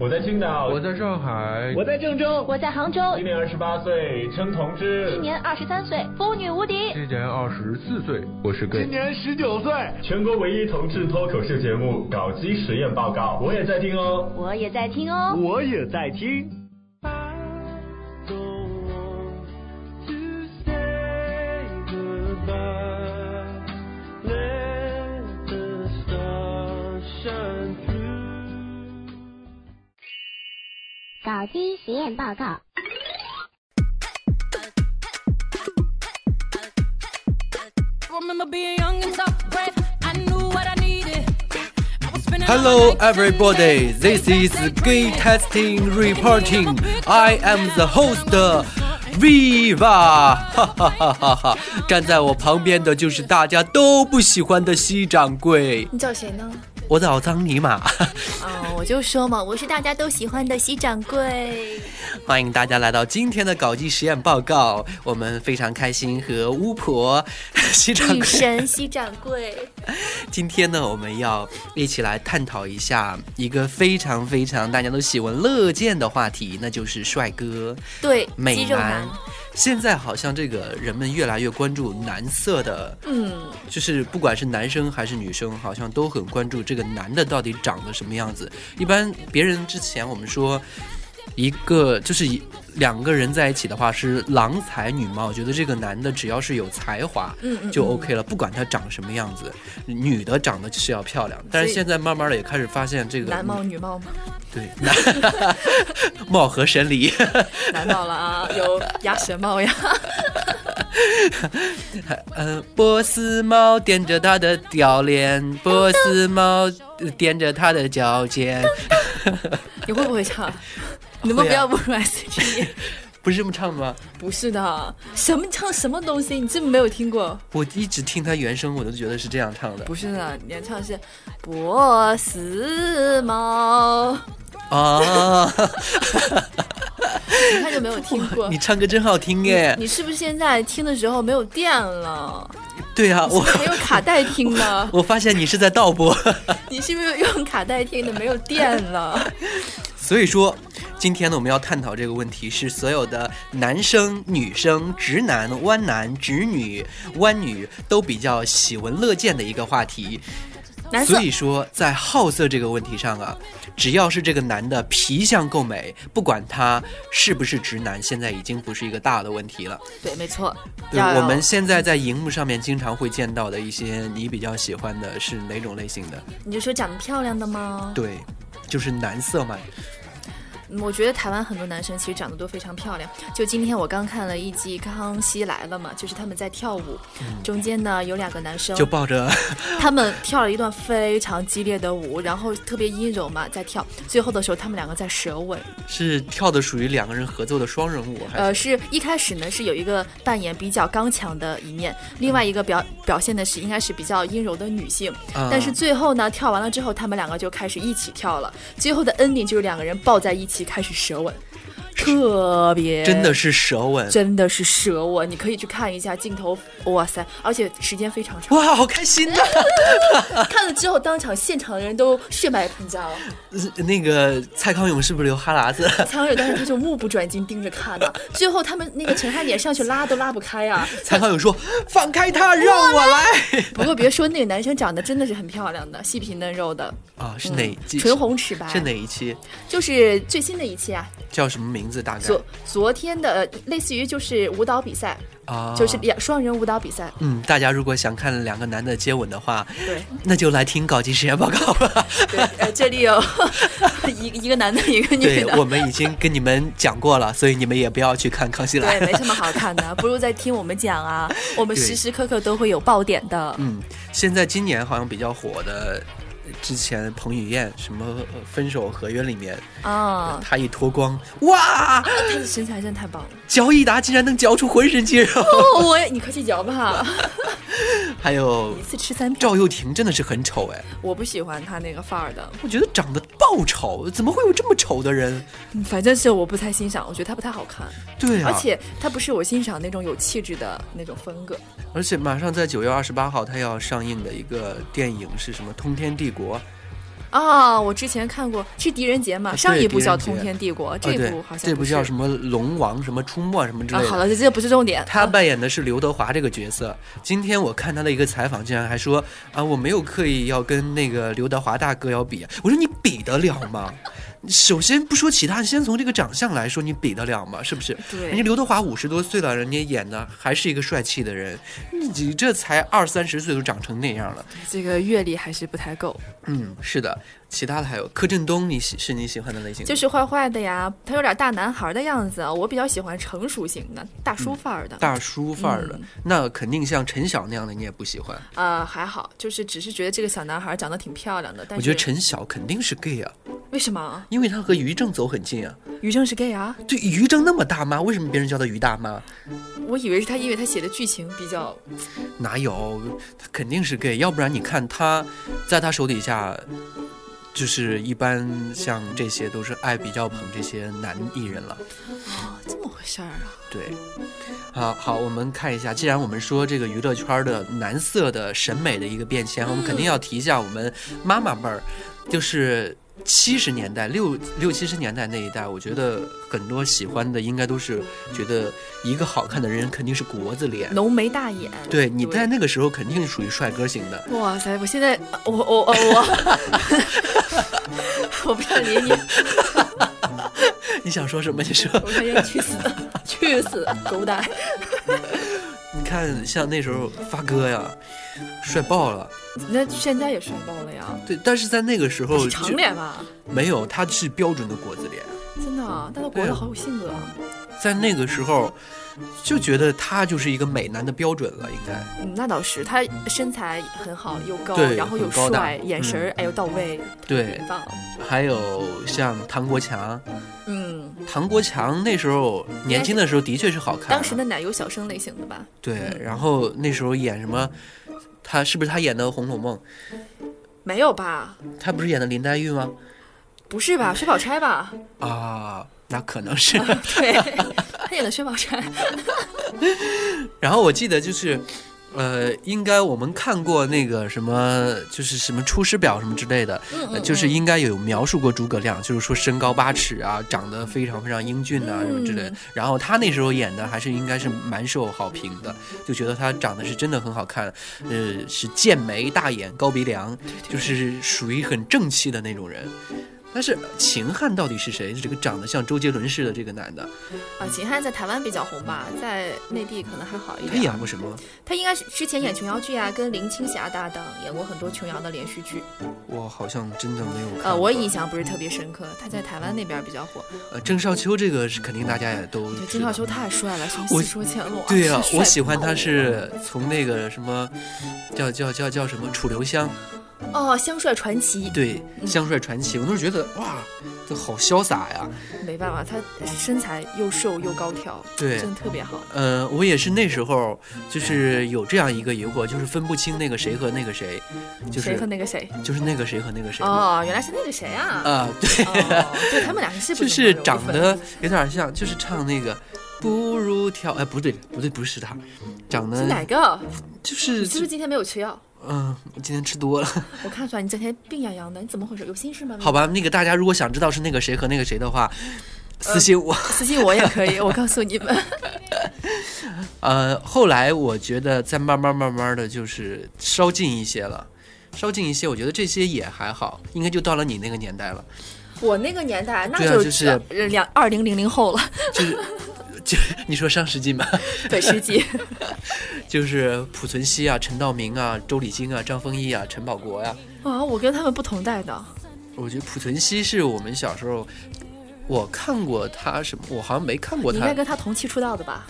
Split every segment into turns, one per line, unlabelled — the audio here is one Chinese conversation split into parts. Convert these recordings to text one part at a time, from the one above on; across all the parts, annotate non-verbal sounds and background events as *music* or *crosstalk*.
我在青岛，
我在上海，
我在郑州，
我在杭州。
今年二十八岁，称同志。
今年二十三岁，风女无敌。
今年二十四岁，我是 gay。
今年十九岁。
全国唯一同志脱口秀节目《搞基实验报告》，我也在听哦。
我也在听哦。
我也在听。
搞基实验报告。
Hello, everybody. This is Gay Testing Reporting. I am the host, uh, Viva. *laughs* 哈哈哈哈哈！站在我旁边的就是大家都不喜欢的西掌柜。
你找谁呢？
我找张尼玛。 *laughs*
哦，我就说嘛，我是大家都喜欢的西掌柜。
欢迎大家来到今天的搞基实验报告，我们非常开心和巫婆 *laughs* 西掌
女
柜。
神西掌柜，
今天呢，我们要一起来探讨一下一个非常非常大家都喜闻乐见的话题，那就是帅哥、
*laughs* 对，肌
美
肉
男
男。。
现在好像这个人们越来越关注男色的，
嗯，
就是不管是男生还是女生，好像都很关注这个男的到底长得什么样子。一般别人之前我们说，一个就是一两个人在一起的话是郎才女貌，觉得这个男的只要是有才华，
嗯嗯
就 OK 了，不管他长什么样子，女的长得就是要漂亮。但是
所以
现在慢慢的也开始发现这个嗯
男貌女貌 *laughs* 嘛，
对男 *laughs* 貌合神离。
男貌了啊，有鸭舌帽呀。
呃，波斯猫踮着它的脚链，波斯猫呃踮着它的脚尖，
*laughs*
*laughs*
你会不会啊唱？你能不能不要侮辱 S G？
不是这么唱的吗？
*laughs* 不是的，什么唱什么东西？你真没有听过？
我一直听它原声，我都觉得是这样唱的
不是的，你要唱的是波斯猫，
啊！
*laughs* 你看就没有听
*laughs*
过
你。唱歌真好听耶！
你是不是现在听的时候没有电 *laughs* 了？
对啊，我 *laughs*
没有卡带听了？
我发现你是在倒播，
*laughs* 你是不是用卡带听的没有电了？
所以说今天呢，我们要探讨这个问题，是所有的男生、女生、直男、弯男、直女、弯女都比较喜闻乐见的一个话题。
男色
所以说，在好色这个问题上啊，只要是这个男的皮相够美，不管他是不是直男，现在已经不是一个大的问题了。
*laughs* 对，没错。
对，
要
我们现在在荧幕上面经常会见到的一些，你比较喜欢的是哪种类型的？
你就说长得漂亮的吗？
对，就是男色嘛。
嗯我觉得台湾很多男生其实长得都非常漂亮。就今天我刚看了一季《康熙来了》嘛，就是他们在跳舞，中间呢有两个男
嗯
生
就，抱着
他们跳了一段非常激烈的舞，然后特别阴柔嘛在跳，最后的时候他们两个在蛇尾。
是跳的属于两个人合作的双人舞，还是、
呃，是一开始呢是有一个扮演比较刚强的一面，另外一个表表现的是应该是比较阴柔的女性，
啊
但是最后呢跳完了之后，他们两个就开始一起跳了，最后的 ending 就是两个人抱在一起开始舌吻，特别
真的是舌吻？
真的是舌吻，你可以去看一下镜头，哇塞，而且时间非常长，
哇，好开心啊呐、
看了之后当场现场的人都血脉喷张，
呃 *laughs* 那个蔡康永是不是流哈喇
*laughs*
子？
苍友当时他就目不转睛盯着看呢，最后他们那个陈汉典上去拉都拉不开啊，
蔡康永说：“放开他，让我来。
不过别说，那个男生长得真的是很漂亮的，细皮嫩肉的，”
啊，是哪季？
唇嗯红啊齿白。
是哪一期？
就是最新的一期啊，
叫什么名字？大概
昨昨天的呃类似于就是舞蹈比赛，
啊，
就是两双人舞蹈比赛。
嗯，大家如果想看两个男的接吻的话，
对
那就来听搞基实验报告
*laughs*
吧。
对，呃，这里有 *laughs* 一个一个男的，一个女
对，我
的。
们已经跟你们讲过了，所以你们也不要去看《康熙来
*laughs*
了
对，没》。什么好看 *laughs* 的，不如再听我们讲啊，我们
对
时时刻刻都会有爆点的。
嗯，现在今年好像比较火的，呃之前彭于晏什么呃分手合约里面，
啊，哦
他一脱光，哇，
他的身材真的太 *laughs* 棒了。
嚼一达竟然能嚼出浑身肌肉。 *laughs*
哦，我也你客气嚼吧，
还有
一次吃三片。
赵又廷真的是很丑哎，
我不喜欢他那个范儿的，
我觉得长得爆丑，怎么会有这么丑的人？
嗯反正是我不太欣赏，我觉得他不太好看。
对啊，
而且他不是我欣赏那种有气质的那种风格。
而且马上在九月二十八号，他要上映的一个电影是什么？《通天帝国》，
啊，我之前看过是狄仁杰嘛，
啊
上
对
一部
狄仁
叫《
杰
通天帝国》，
啊对
部好像
这部
不是
叫什么龙王什么出没什么之
啊
类？的。
好了，这不是重点。
他
啊
扮演的是刘德华这个角色。今天我看他的一个采访，竟然还说啊，我没有刻意要跟那个刘德华大哥要比。啊我说你比得了吗？首先不说其他，先从这个长相来说，你比得了吗？是不是？
对
人家刘德华五十多岁了，人家演的还是一个帅气的人，你这才二三十岁就长成那样了。
这个阅历还是不太够，
嗯，是的。其他的还有柯震东，你喜是你喜欢的类型吗？
就是坏坏的呀，他有点大男孩的样子啊，我比较喜欢成熟型的大叔范儿的。
大叔范儿的，
嗯
那肯定像陈晓那样的你也不喜欢。
啊、还好，就是只是觉得这个小男孩长得挺漂亮的，但是
我觉得陈晓肯定是 gay 啊，
为什么
因为他和于正走很近啊。
于正是 gay 啊？
对，于正那么大妈，为什么别人叫他于大妈？
我以为是他，因为他写的剧情比较
哪有，他肯定是 gay，要不然你看他，在他手底下，就是一般像这些都是爱比较捧这些男艺人了。
这么回事儿啊。
对，好好，我们看一下，既然我们说这个娱乐圈的男色的审美的一个变迁，
嗯
我们肯定要提一下我们妈妈辈儿，就是。七十年代六六七十年代那一代，我觉得很多喜欢的应该都是觉得一个好看的人肯定是国字脸，
浓眉大眼，
对你在那个时候肯定属于帅哥型的。
哇塞！我现在呃我我我 *laughs* 我，我不想理你，嗯
你想说什么？你说，
*laughs* 我想让你去死，去死，狗蛋！
你看像那时候发哥呀，帅爆了。
那现在也帅爆了呀，
对，但是在那个时候
是
就
长脸吧？
没有，他是标准的国字脸。
真的啊，但他国
对
人
啊
好有性格啊。
在那个时候，就觉得他就是一个美男的标准了，应该。
嗯，那倒是，他身材很好，又高，
对
然后又
很高大嗯
帅，眼神儿哎又到位，
对，
棒。
还有像唐国强，
嗯，
唐国强那时候年轻的时候的确是好看啊、
当时的奶油小生类型的吧？
对，然后那时候演什么，他是不是他演的《红楼梦
没有吧？》？
他不是演的林黛玉吗？
不是吧？薛宝钗吧？ *laughs*
啊，那可能是。 *laughs*
对，他演的薛宝钗。
然后我记得就是，呃，应该我们看过那个什么，就是什么《出师表》什么之类的，
嗯
呃就是应该有描述过诸葛亮，就是说身高八尺啊，长得非常非常英俊
嗯
啊什么之类的。然后他那时候演的还是应该是蛮受好评的，就觉得他长得是真的很好看，呃，是剑眉大眼高鼻梁，就是属于很正气的那种人。但是秦汉到底是谁？这个长得像周杰伦似的这个男的，
啊，秦汉在台湾比较红吧，在内地可能还好一
他
点。
演过什么？
他应该是之前演琼瑶剧啊，跟林青霞搭档，演过很多琼瑶的连续剧。
我好像真的没有看过。
呃，我印象不是特别深刻，他在台湾那边比较火。
呃，郑少秋这个是肯定大家也都
我觉得
知
郑
道
少秋太帅了，什么
我
戏说乾隆啊，
对啊
真，帅
我喜欢
爆
他
了
是从那个什么，叫叫叫叫什么《楚留香》
哦，香帅传奇。
对《
嗯
香帅传奇》，我那时候觉得哇，这好潇洒呀。
没办法，他身材又瘦又高挑，
对
真的特别好。
呃，我也是那时候就是有这样一个疑惑，就是分不清那个谁和那个谁，就
谁和
是
那个谁？
就是那个谁和那个谁嘛
哦，原来是那个谁啊？
啊，对， *laughs*
哦，对他们俩是不
就是
同
长
的人物分
得有点像，就是唱那个。不如跳，哎，不对，不对，不是他，长
是哪
得
个？
嗯就是
你是不是今天没有吃药？
嗯，我今天吃多了。
我看出来你整天病怏怏的，你怎么回事？有心事吗？
好吧，那个大家如果想知道是那个谁和那个谁的话，
呃
私信我。 *laughs*
私信我也可以，我告诉你们。
呃，后来我觉得再慢慢慢慢的就是稍近一些了，稍近一些，我觉得这些也还好，应该就到了你那个年代了， *laughs*
我那个年代，那
对啊就是
呃两二零零零后
*laughs*
了，
就是就你说上世纪嘛， *laughs*
本世 *laughs* 纪。
就是濮存昕啊、陈道明啊、周礼金啊、张丰毅啊、陈宝国呀、
啊，我跟他们不同代的。
我觉得濮存昕是我们小时候。我看过他什么？我好像没看过
你应该
他。
跟他同期出道的吧？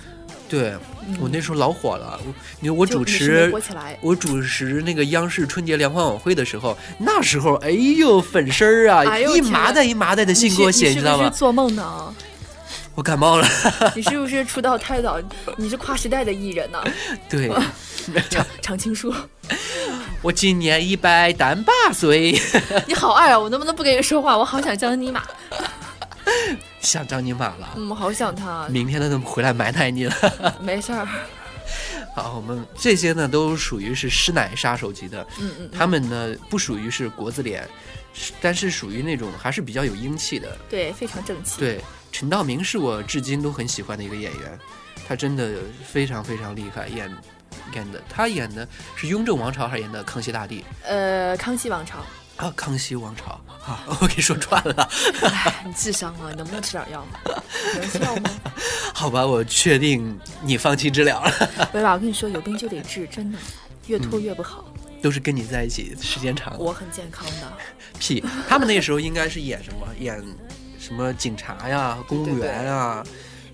对，我那时候老火了。我你我
就
主
你是
持
没火起来。
我主持那个央视春节联欢晚会的时候，那时候哎呦粉丝儿啊，
哎呦
一
天
麻袋一麻袋的信给我写，
你
知
是
道
不是
吗？
做梦呢？
我感冒了，
你是不是出道太早？ *laughs* 你是跨时代的艺人
*laughs*
呢、
对
哦常常青树，
我今年一百单八岁， *laughs*
你好爱啊！我能不能不跟你说话？我好想张尼玛，
想张尼玛了。
嗯，我好想他。
明天他怎么回来埋汰你了？ *laughs*
没事儿，
好，我们这些呢都属于是师奶杀手级的，
嗯嗯，嗯
他们呢不属于是国字脸，是但是属于那种还是比较有英气的。
对，非常正气。
对，陈道明是我至今都很喜欢的一个演员，他真的非常非常厉害，演演的他演的是《雍正王朝》还是演的《康熙大帝》
呃，康熙王朝，
啊？《康熙王朝》啊， *laughs* 我给说串了， *laughs*
哎，你智商啊，你能不能吃点药吗？能吃药吗？ *laughs*
好吧，我确定你放弃治疗了，
薇娃，我跟你说，有病就得治，真的，越
嗯
拖越不好。
都是跟你在一起时间长了，
我很健康的，
屁！他们那时候应该是演什么？演什么警察呀、公务员啊，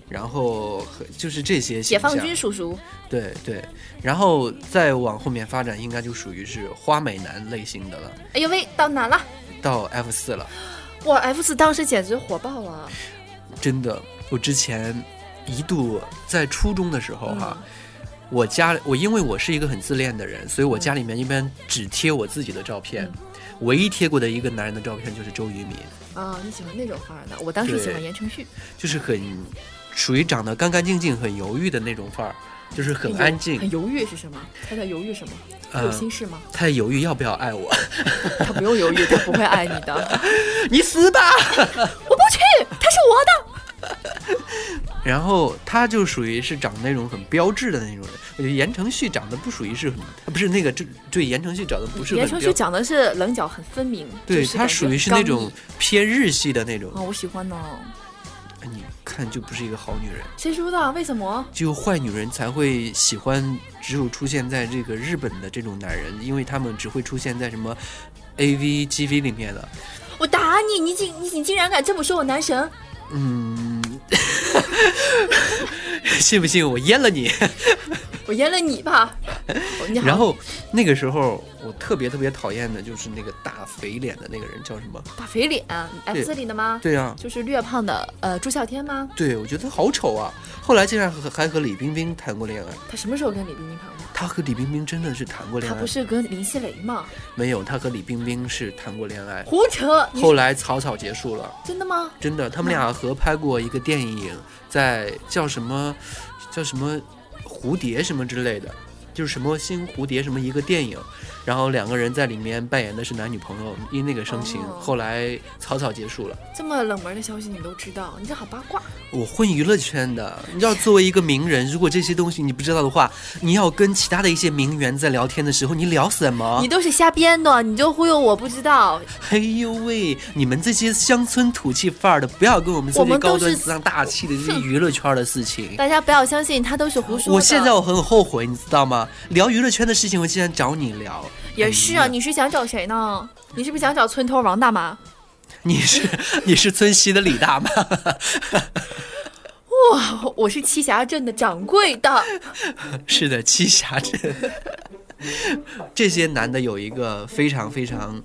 然后和就是这些
解
形
放
象
军叔叔，
对对，然后再往后面发展，应该就属于是花美男类型的了，
哎呦喂，到哪了？
到 F 四了。
哇，F 四当时简直火爆啊！
真的，我之前一度在初中的时候哈、我家我因为我是一个很自恋的人，所以我家里面一般只贴我自己的照片。唯一贴过的一个男人的照片就是周渝民，
啊，你喜欢那种范儿的？我当时喜欢言承旭，
就是很属于长得干干净净、很犹豫的那种范儿，就是很安
很
静，
犹豫是什么？他在犹豫什么？有
呃，
心事吗？
太犹豫要不要爱我， *laughs*
他不用犹豫，他不会爱你的。
你死吧！
我不去，他是我的。
然后他就属于是长那种很标志的那种人，我觉得言承旭长得不属于是很，啊不是那个这对言承旭长得不是
言
很
承
标
旭讲的是棱角很分明，
对
就是
他
感
属
觉
于是那
刚
种偏日系的那种
毅啊，，我喜欢呢。
你看就不是一个好女人，
谁说的？为什么？
只有坏女人才会喜欢，只有出现在这个日本的这种男人，因为他们只会出现在什么 A V G V 里面的， *laughs*
我打你！你竟你你竟然敢这么说我男神？
嗯，信不信我阉了你？ *laughs*
我阉了你吧！哦你好
然后那个时候我特别特别讨厌的就是那个大肥脸的那个人叫什么？
大肥脸，F 四里的吗？
对啊，
就是略胖的呃朱孝天吗？
对我觉得他好丑啊。后来竟然和还和李冰冰谈过恋爱，
他什么时候跟李冰冰谈过？
他和李冰冰真的是谈过恋
他
爱
不。是跟林熙蕾吗？
没有，他和李冰冰是谈过恋爱，
胡扯！你
后来草草结束了。
真的吗？
真的，他们俩合拍过一个电影，在叫什么，叫什么蝴蝶什么之类的，就是什么新蝴蝶什么一个电影，然后两个人在里面扮演的是男女朋友，因那个生情，
哦
后来草草结束了。
这么冷门的消息你都知道，你这好八卦。
我混娱乐圈的，你知道，作为一个名人，如果这些东西你不知道的话，你要跟其他的一些名媛在聊天的时候，你聊什么？
你都是瞎编的，你就忽悠我不知道。
嘿呦喂！你们这些乡村土气范儿的，不要跟我们这
我
些
们都
高端
是
时尚大气的这些娱乐圈的事情。
大家不要相信，他都是胡说的。
我现在我很后悔，你知道吗？聊娱乐圈的事情，我竟然找你聊，
也是
嗯
啊，你是想找谁呢？你是不是想找村头王大妈？ *laughs*
你是你是村西的李大妈，
哇，我是栖霞镇的掌柜的。
*laughs* 是的，栖霞镇。这些男的有一个非常非常，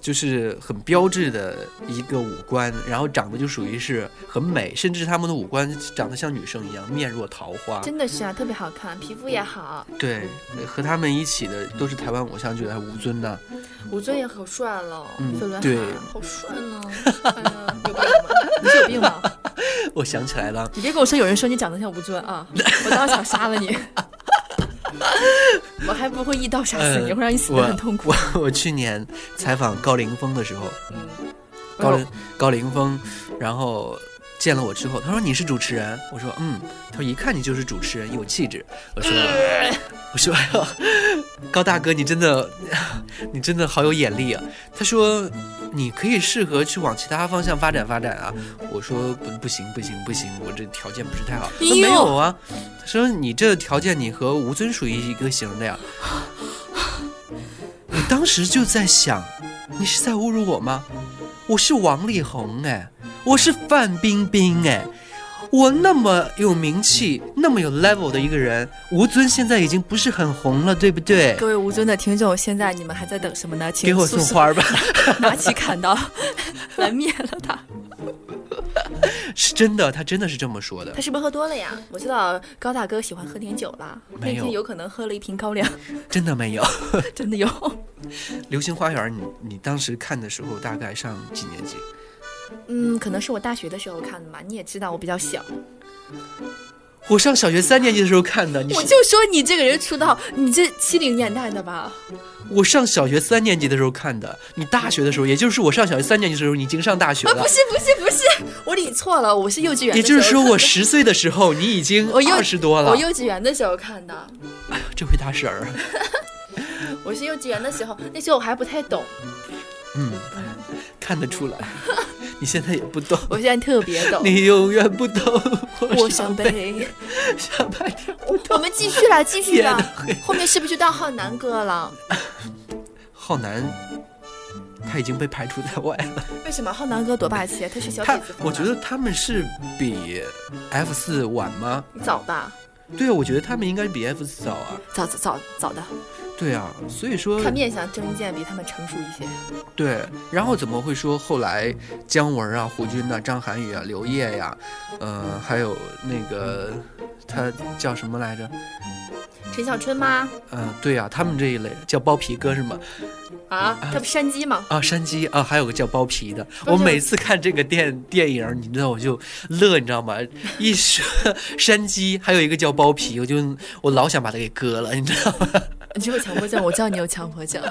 就是很标志的一个五官，然后长得就属于是很美，甚至他们的五官长得像女生一样，面若桃花。
真的是啊，特别好看，皮肤也好，
对，和他们一起的都是台湾偶像剧，还有吴尊呐、 *laughs*
吴尊也好帅了，
嗯
飞轮
对
海好帅呢。哎呀，有病吗？你是有
*laughs*
病吗？
我想起来了，
你别跟我说有人说你长得像吴尊
*laughs*
啊，我当时想杀了你。 *laughs* 我还不会一刀杀死你，
呃
会让你死
我
得很痛苦。
我 *laughs* 我去年采访高凌风的时候，高
哎
凌高凌风，然后见了我之后，他说你是主持人，我说嗯，他说一看你就是主持人，有气质。我说、我说哎呦，高大哥你真的 *laughs* 你真的好有眼力啊。他说你可以适合去往其他方向发展发展啊。我说不不行不行不行，我这条件不是太好。他说
哎呦
没有啊，他说你这条件你和吴尊属于一个型的呀。我当时就在想，你是在侮辱我吗？我是王力宏哎，我是范冰冰哎，我那么有名气，那么有 level 的一个人，吴尊现在已经不是很红了，对不对？
各位吴尊的听众，现在你们还在等什么呢？请
给我
速
送
速
花儿吧，
拿起砍
*laughs*
刀来灭了他。
是真的，他真的是这么说的
他。是不是喝多了呀？我知道高大哥喜欢喝点酒啦，那
没有
天有可能喝了一瓶高粱，
*laughs* 真的没有。
真的有。
流星花园你，你当时看的时候大概上几年级？
嗯，可能是我大学的时候看的嘛，你也知道我比较小。
我上小学三年级的时候看的，你
我就说你这个人出道，你这七零年代的吧？
我上小学三年级的时候看的，你大学的时候，也就是我上小学三年级的时候，你已经上大学
啊，
了
不。是不是不是，我理错了，我是幼稚园的时候看的。
也就是说，我十岁的时候，你已经
我幼
二十多了。
我幼稚园的时候看的，
这位大婶儿， *laughs*
我是幼稚园的时候，那时候我还不太懂，
嗯，看得出来， *laughs* 你现在也不懂， *laughs*
我现在特别懂。
你永远不懂。
我
想
想
被
被，
下半天，
*laughs* 我们继续啦，继
*laughs*
续啦
天哪，
后面是不是就到浩南哥了？
浩南他已经被排除在外 *laughs* 了。
为什么浩南哥多霸气啊？他是小
他
姐姐风啊，
我觉得他们是比 F 四晚吗？
你早吧，
对啊，我觉得他们应该比 F 四早啊。
早早早早的，
对啊，所以说
看面相，郑伊健比他们成熟一些。
对，然后怎么会说后来姜文啊、胡军呐、张涵予啊、刘烨呀、呃，还有那个他叫什么来着？
陈小春吗？
嗯、对呀、他们这一类叫包皮哥是吗？
啊，他不山鸡吗？
啊，山鸡啊，还有个叫包皮的。
不
我
是
每次看这个电电影儿，你知道我就乐，你知道吗？一说山鸡，还有一个叫包皮，我就我老想把它给割了，呃你知道吗？
你有强迫症，我知道你有
*laughs*
强迫症。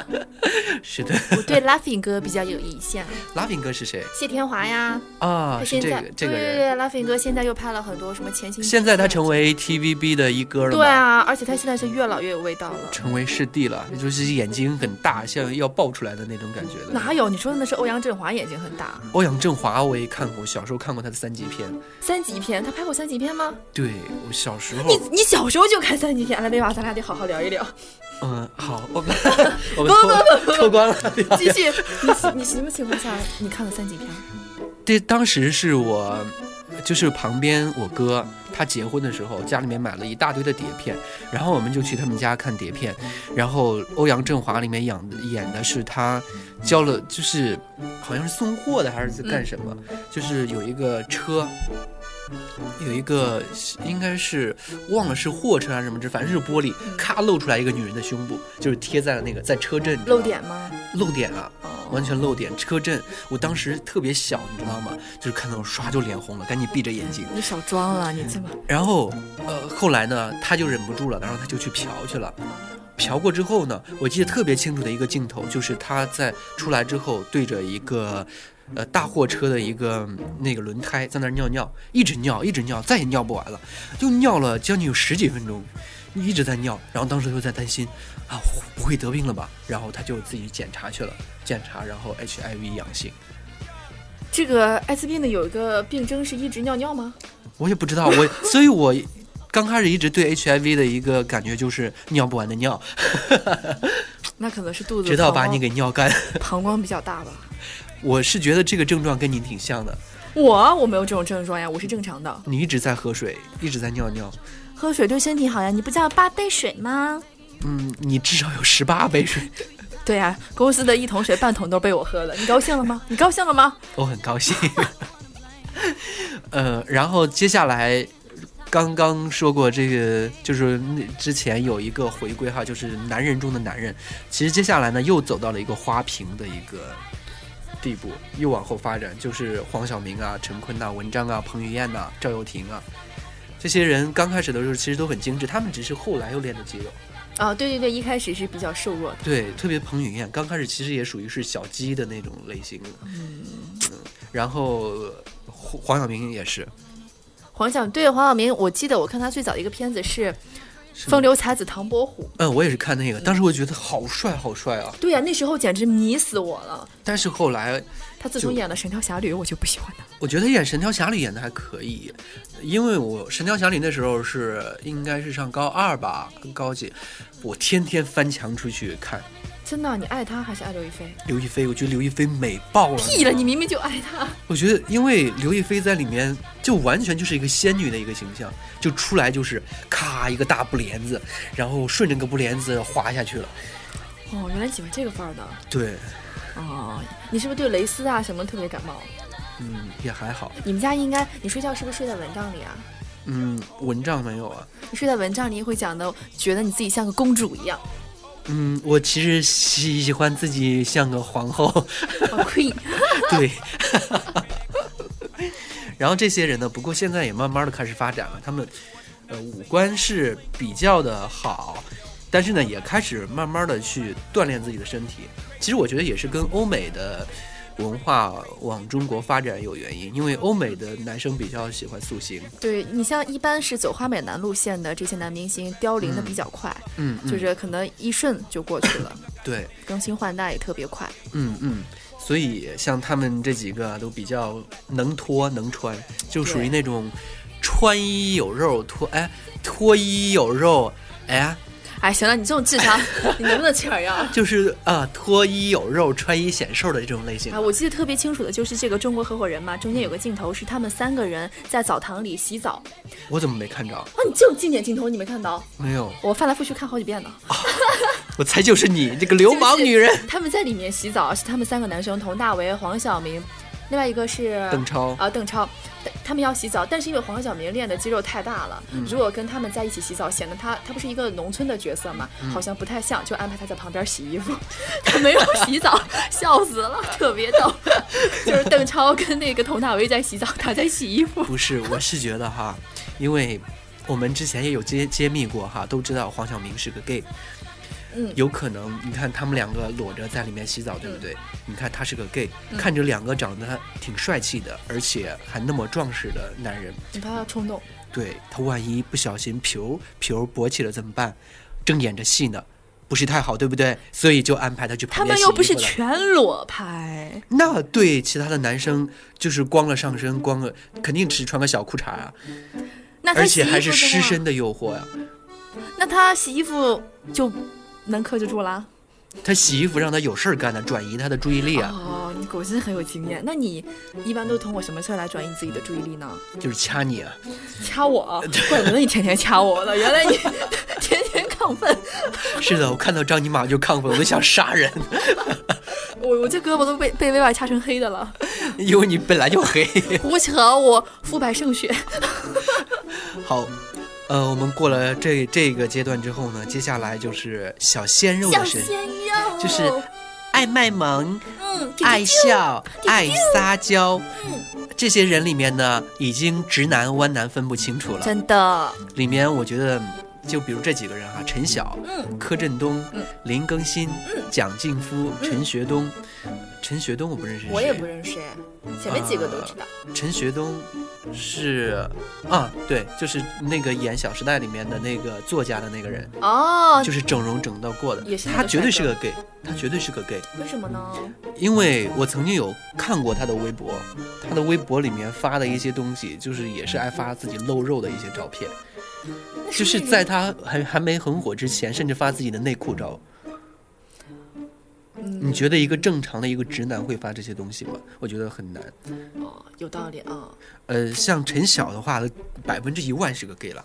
是的，
我对 Laughing 哥比较有印象，
拉饼哥是谁
谢天华呀，
啊？
他
是
现
这
在
个这个
对对
人。
对，Laughing 哥现在又拍了很多什么前行。
现在他成为 TVB 的一哥了吗？
对啊，而且他现在是越老越有味道了。
成为师弟了，就是眼睛很大，像要爆出来的那种感觉的。
哪有？你说的那是欧阳震华眼睛很大。
欧阳震华我也看过，小时候看过他的三级片。
三级片，他拍过三级片吗？
对我小时候，
你你小时候就看三级片了对吧？咱俩得好好聊一聊。
嗯，好，我
*laughs*
们我们脱脱光了。
继续，你你什么情况下你看了三级片？ *laughs*
这当时是我，就是旁边我哥他结婚的时候，家里面买了一大堆的碟片，然后我们就去他们家看碟片，然后欧阳震华里面演的演的是他交了，就是好像是送货的还是在干什么，就是有一个车。有一个应该是忘了是货车还是什么车，反正是玻璃，咔露出来一个女人的胸部，就是贴在了那个在车震
漏点吗？
漏点啊，
哦
完全漏点车震。我当时特别小，你知道吗？就是看到我唰就脸红了，赶紧闭着眼睛。
你少装了，你这么
然后，呃，后来呢，他就忍不住了，然后他就去嫖去了。嫖过之后呢，我记得特别清楚的一个镜头，就是他在出来之后对着一个。呃，大货车的一个嗯那个轮胎在那儿尿尿，一直尿，一直尿，再也尿不完了，就尿了将近有十几分钟，一直在尿。然后当时就在担心，啊，我不会得病了吧？然后他就自己检查去了，检查然后 HIV 阳性。
这个艾滋病的有一个病症是一直尿尿吗？
我也不知道，我所以，我刚开始一直对 HIV 的一个感觉就是尿不完的尿，
那可能是肚子
直到把
膀胱
你给尿干。 *laughs*
膀胱比较大吧。
我是觉得这个症状跟你挺像的，
我我没有这种症状呀，我是正常的。
你一直在喝水，一直在尿尿，
喝水对身体好呀，你不叫八杯水吗？
嗯，你至少有十八杯水，
对呀、公司的一桶水半桶都被我喝了，你高兴了吗？你高兴了吗？
我很高兴。呃，然后接下来刚刚说过这个，就是那之前有一个回归哈，就是男人中的男人。其实接下来呢，又走到了一个花瓶的一个地步，又往后发展，就是黄晓明啊、陈坤呐、文章啊、彭于晏呐、赵又廷啊，这些人刚开始的时候其实都很精致，他们只是后来又练的肌肉。
啊，对对对，一开始是比较瘦弱的。
对，特别彭于晏，刚开始其实也属于是小鸡的那种类型的，嗯，然后黄黄晓明也是，
黄晓对黄晓明，我记得我看他最早的一个片子是《风流才子唐伯虎》。
嗯，我也是看那个，当时我觉得好帅，好帅啊！
对呀、那时候简直迷死我了。
但是后来，
他自从
就
演了《神雕侠侣》，我就不喜欢他。
我觉得演《神雕侠侣》演的还可以，因为我《神雕侠侣》那时候是应该是上高二吧，跟高几，我天天翻墙出去看
真的，啊你爱他还是爱刘亦菲？
刘亦菲，我觉得刘亦菲美爆了。
屁
知道
了，
吗
你明明就爱他。
我觉得，因为刘亦菲在里面就完全就是一个仙女的一个形象，就出来就是咔一个大布帘子，然后顺着个布帘子滑下去了。
哦，原来喜欢这个范儿的。
对，
哦，你是不是对蕾丝啊什么特别感冒？
嗯，也还好。
你们家应该，你睡觉是不是睡在蚊帐里啊？
嗯，蚊帐没有啊。
你睡在蚊帐里会讲的，觉得你自己像个公主一样，
嗯，我其实喜喜欢自己像个皇后。
*laughs* 哦 queen。
*laughs* 对。然后这些人呢，不过现在也慢慢的开始发展了，他们呃五官是比较的好，但是呢也开始慢慢的去锻炼自己的身体。其实我觉得也是跟欧美的文化往中国发展有原因，因为欧美的男生比较喜欢塑形，
对你像一般是走花美男路线的这些男明星，凋零的比较快，
嗯，嗯
就是可能一瞬就过去了，
对，
更新换代也特别快。
嗯嗯。所以像他们这几个都比较能脱能穿，就属于
对
那种穿衣有肉，脱哎脱衣有肉，哎。
哎，行了，你这种智商， *laughs* 你能不能轻点儿要？
就是呃，脱衣有肉，穿衣显瘦的这种类型
啊，。我记得特别清楚的就是这个中国合伙人嘛，中间有个镜头是他们三个人在澡堂里洗澡。
我怎么没看着？
啊，你这种经典镜头你没看到？
没有，
我翻来覆去看好几遍呢。
我猜就是你你这个流氓女人。
*laughs* 他们在里面洗澡，是他们三个男生，佟大为、黄晓明，另外一个是
邓超
啊，邓超，但他们要洗澡，但是因为黄晓明练的肌肉太大了，
嗯
如果跟他们在一起洗澡，显得他他不是一个农村的角色嘛，
嗯
好像不太像，就安排他在旁边洗衣服， *laughs* 他没有洗澡，笑死了，特别逗， *laughs* 就是邓超跟那个佟大为在洗澡，他在洗衣服，
不是，我是觉得哈，因为我们之前也有揭揭秘过哈，都知道黄晓明是个 gay，
嗯，
有可能你看他们两个裸着在里面洗澡，对不对？你看他是个 gay，、看
嗯
着两个长得挺帅气的，而且还那么壮实的男人，
你怕他冲动，
对他万一不小心皮儿皮儿勃起了怎么办？正演着戏呢，不是太好，对不对？所以就安排他去
他
旁边
们
洗
又不是
衣服了
全裸拍，
那对其他的男生就是光了上身，光了肯定只穿个小裤衩啊，
那他
而
洗
且
衣服
还是
的
湿
话
身的诱惑呀、
那他洗衣服就能克制住啦？
他洗衣服让他有事儿干呢，转移他的注意力啊，
哦，你果真很有经验。那你一般都通过什么事儿来转移自己的注意力
*laughs*
呢？
就是掐你啊。
掐我，怪不得你天天掐我了，原来你 *laughs* 天天亢奋。
是的，我看到张尼玛就亢奋，我都想杀人，
我我这胳膊都被被 VY 掐成黑
*laughs*
的了，
因为你本来就黑。 *laughs*
胡扯！我肤白胜雪。
好，呃，我们过了这这个阶段之后呢，接下来就是小鲜肉的
小
身
鲜肉，
就是爱卖萌、
嗯，
爱笑、
啾嗯
爱撒娇，这些人里面呢，已经直男弯男分不清楚了。
真的，
里面我觉得，就比如这几个人啊，陈晓、
嗯
柯震东、
嗯
林更新、蒋劲夫、陈学冬。陈学冬我不认识，
我也不认识哎，前面几个都知道。
识。陈学冬是啊，对，就是那个演《小时代》里面的那个作家的那个人，
哦
啊就，是整容整到过的
也，是那个
他绝对是
帅
个 gay，他绝对是个 gay。
为什么呢？
因为我曾经有看过他的微博，他的微博里面发的一些东西，就是也是爱发自己露肉的一些照片，就是在他还还没很火之前，甚至发自己的内裤照。你觉得一个正常的一个直男会发这些东西吗？我觉得很难。
哦，有道理啊。
呃，像陈晓的话，百分之一万是个 gay 了，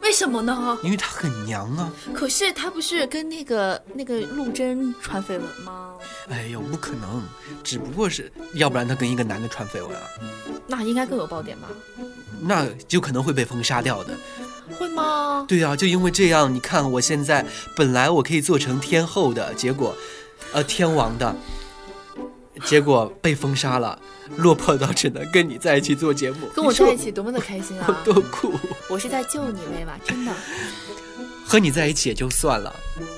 为什么呢？
因为他很娘啊。
可是他不是跟那个那个陆贞传绯闻吗？
哎呦，不可能，只不过是要不然他跟一个男的传绯闻啊，
那应该更有爆点吧？
那就可能会被封杀掉的。
会吗？
对啊，就因为这样，你看我现在本来我可以做成天后的，结果，呃，天王的，结果被封杀了，落魄到只能跟你在一起做节目，
跟我在一
起，
起多么的开心
我 *laughs*
啊！
多苦，
我是在救你，薇娃，真的。
和你在一起也就算了，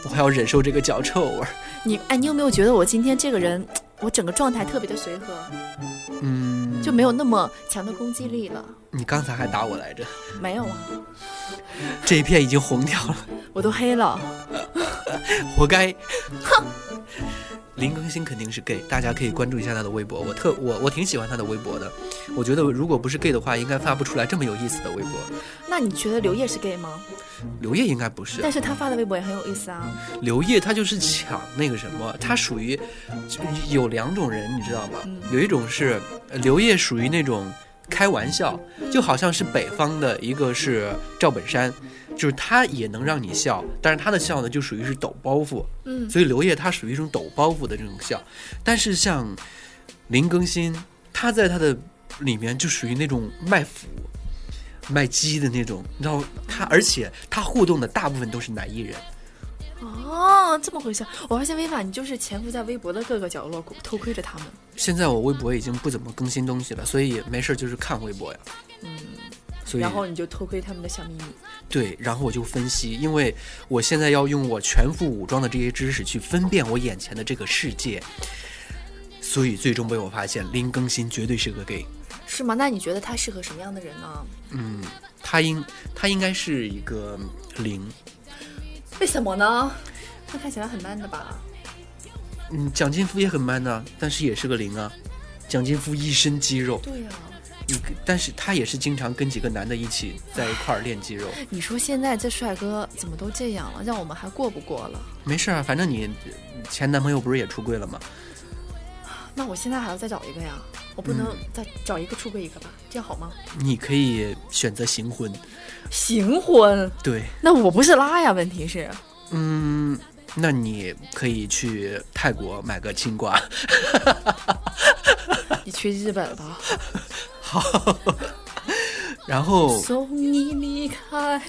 我还要忍受这个脚臭味儿。
你哎，你有没有觉得我今天这个人，我整个状态特别的随和，
嗯，
就没有那么强的攻击力了？
你刚才还打我来着，
没有啊，
这一片已经红掉了，
我都黑了。
活该。林更新肯定是 gay，大家可以关注一下他的微博，我特我我挺喜欢他的微博的，我觉得如果不是 gay 的话，应该发不出来这么有意思的微博。
那你觉得刘烨是 gay 吗？
刘烨应该不是
但，是他发的微博也很有意思啊。
刘烨他就是抢那个什么，他属于就有两种人，你知道吗？有一种是呃刘烨属于那种开玩笑，就好像是北方的一个是赵本山，就是他也能让你笑，但是他的笑呢就属于是抖包袱，
嗯，
所以刘烨他属于一种抖包袱的这种笑，但是像林更新，他在他的里面就属于那种卖腐、卖鸡的那种，你知道他，而且他互动的大部分都是男艺人。
哦，这么回事。我发现薇娃，你就是潜伏在微博的各个角落，偷窥着他们。
现在我微博已经不怎么更新东西了，所以没事儿就是看微博呀。所以
嗯然后你就偷窥他们的小秘密。
对，然后我就分析，因为我现在要用我全副武装的这些知识去分辨我眼前的这个世界，所以最终被我发现林更新绝对是个 gay。
是吗？那你觉得他适合什么样的人呢？
嗯，他应他应该是一个嗯零，
为什么呢？他看起来很 man 的吧？
嗯，蒋劲夫也很 man 呐、但是也是个零啊。蒋劲夫一身肌肉，
对啊呀、
嗯但是他也是经常跟几个男的一起在一块儿练肌肉。
你说现在这帅哥怎么都这样了，让我们还过不过了？
没事儿啊，反正你前男朋友不是也出柜了吗？
那我现在还要再找一个呀？我不能再找一个出轨一个吧？这样好吗？
你可以选择行婚。
行婚？
对，
那我不是拉呀？问题是，
嗯，那你可以去泰国买个青瓜。
*coughs* 你去日本吧，
好，然后 *laughs*
送你离开。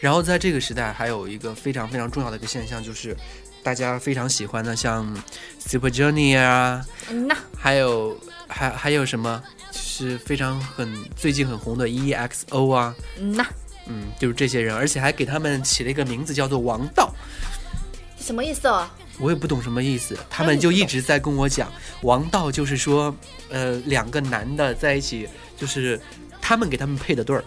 然后在这个时代，还有一个非常非常重要的一个现象，就是大家非常喜欢的，像 Super Journey 啊，
嗯呐，
还有还还有什么，就是非常很最近很红的 EXO 啊，
嗯呐，
嗯，就是这些人，而且还给他们起了一个名字叫做王道。
什么意思啊？
我也不懂什么意思，他们就一直在跟我讲，王道就是说，呃，两个男的在一起，就是他们给他们配的对儿，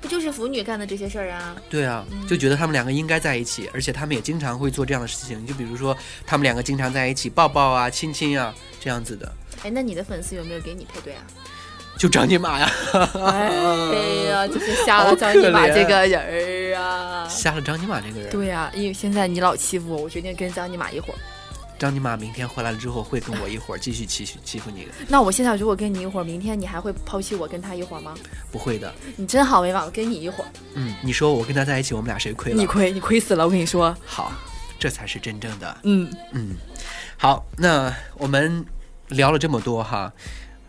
不就是腐女干的这些事儿啊？
对啊，就觉得他们两个应该在一起，而且他们也经常会做这样的事情，就比如说他们两个经常在一起抱抱啊、亲亲啊这样子的，
哎，那你的粉丝有没有给你配对啊？
就张尼玛
*laughs*
呀，
哎呀，就是瞎了张尼玛这个人儿啊！
瞎了张尼玛这个人。
对呀、因为现在你老欺负我，我决定跟张尼玛一伙儿。
张尼玛明天回来了之后会跟我一会儿继续欺欺负你的，
那我现在如果跟你一伙儿，明天你还会抛弃我跟他一伙儿吗？
不会的。
你真好委婉，我跟你一伙儿，
嗯，你说我跟他在一起，我们俩谁亏了？
你亏，你亏死了！我跟你说，
好，这才是真正的
嗯，
嗯，好，那我们聊了这么多哈，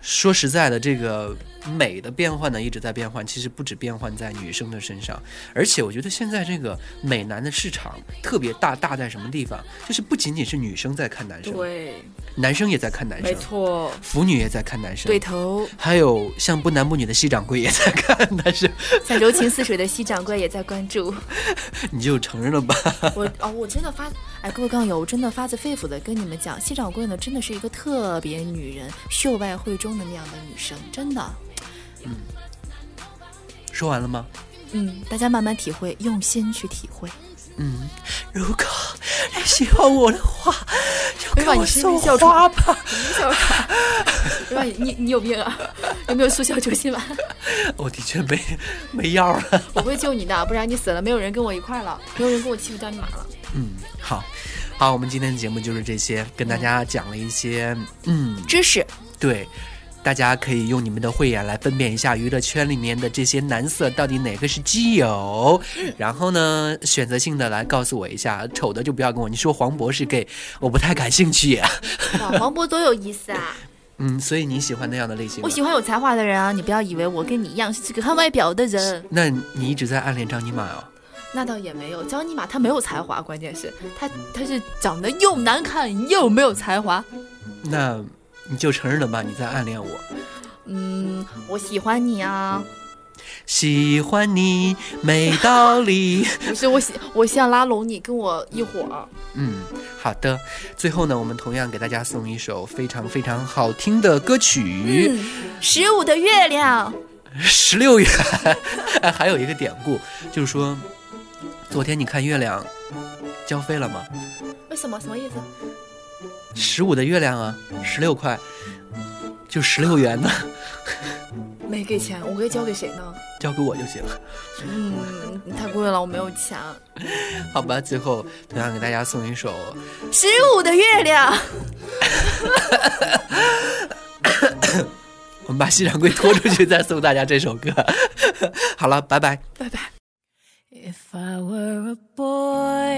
说实在的，这个美的变换呢一直在变换，其实不止变换在女生的身上，而且我觉得现在这个美男的市场特别大，大在什么地方？就是不仅仅是女生在看男生，
对，
男生也在看男
没
生，
错，
腐女也在看男生，
对头。
还有像不男不女的西掌柜也在看男生，
像柔情似水的西掌柜也在关注 *laughs*
你就承认了吧？ *laughs*
我哦，我真的发，哎，各位杠友，我真的发自肺腑的跟你们讲，西掌柜呢真的是一个特别女人，秀外慧中的那样的女生，真的。
说完了吗？
嗯，大家慢慢体会，用心去体会。
嗯，如果你喜欢我的话，就
没
给
把
我
你是不
送
是笑出
花吧。
*laughs* 对吧？你你有病啊？有没有速效救心 *laughs* 丸？
我哦的确没没药了。
我会救你的，不然你死了，没有人跟我一块儿了，没有人跟我欺负张尼玛了。
嗯， *laughs* 好，好，我们今天的节目就是这些，跟大家讲了一些，嗯，
知识，
对。大家可以用你们的慧眼来分辨一下娱乐圈里面的这些男色到底哪个是基友，然后呢，选择性的来告诉我一下，丑的就不要跟我。你说黄渤是 gay，我不太感兴趣、
哇， *laughs* 黄渤多有意思 *laughs* 啊！
嗯，所以你喜欢那样的类型吗？
我喜欢有才华的人啊，你不要以为我跟你一样是这个看外表的 *laughs* 人。
那你一直在暗恋张尼玛哦？
那倒也没有，张尼玛他没有才华，关键是他他是长得又难看又没有才华。
那你就承认了吧，你在暗恋我。
嗯，我喜欢你啊，
喜欢你没道理。
不是我喜我想拉拢你跟我一伙儿。
嗯，好的。最后呢，我们同样给大家送一首非常非常好听的歌曲
嗯，十五的月亮，
《十六元》 *laughs* 哎。还有一个典故，就是说，昨天你看月亮交费了吗？
为什么什么意思？
十五的月亮啊，十六块，就十六元呢， *laughs*
没给钱，我该交给谁呢？
交给我就行了。
嗯，太贵了，我没有钱。
好吧，最后同样给大家送一首
十五的月亮，
我们把西掌柜拖出去，再送大家这首歌。 *laughs* 好了，拜拜。
拜拜。
If I were a boy,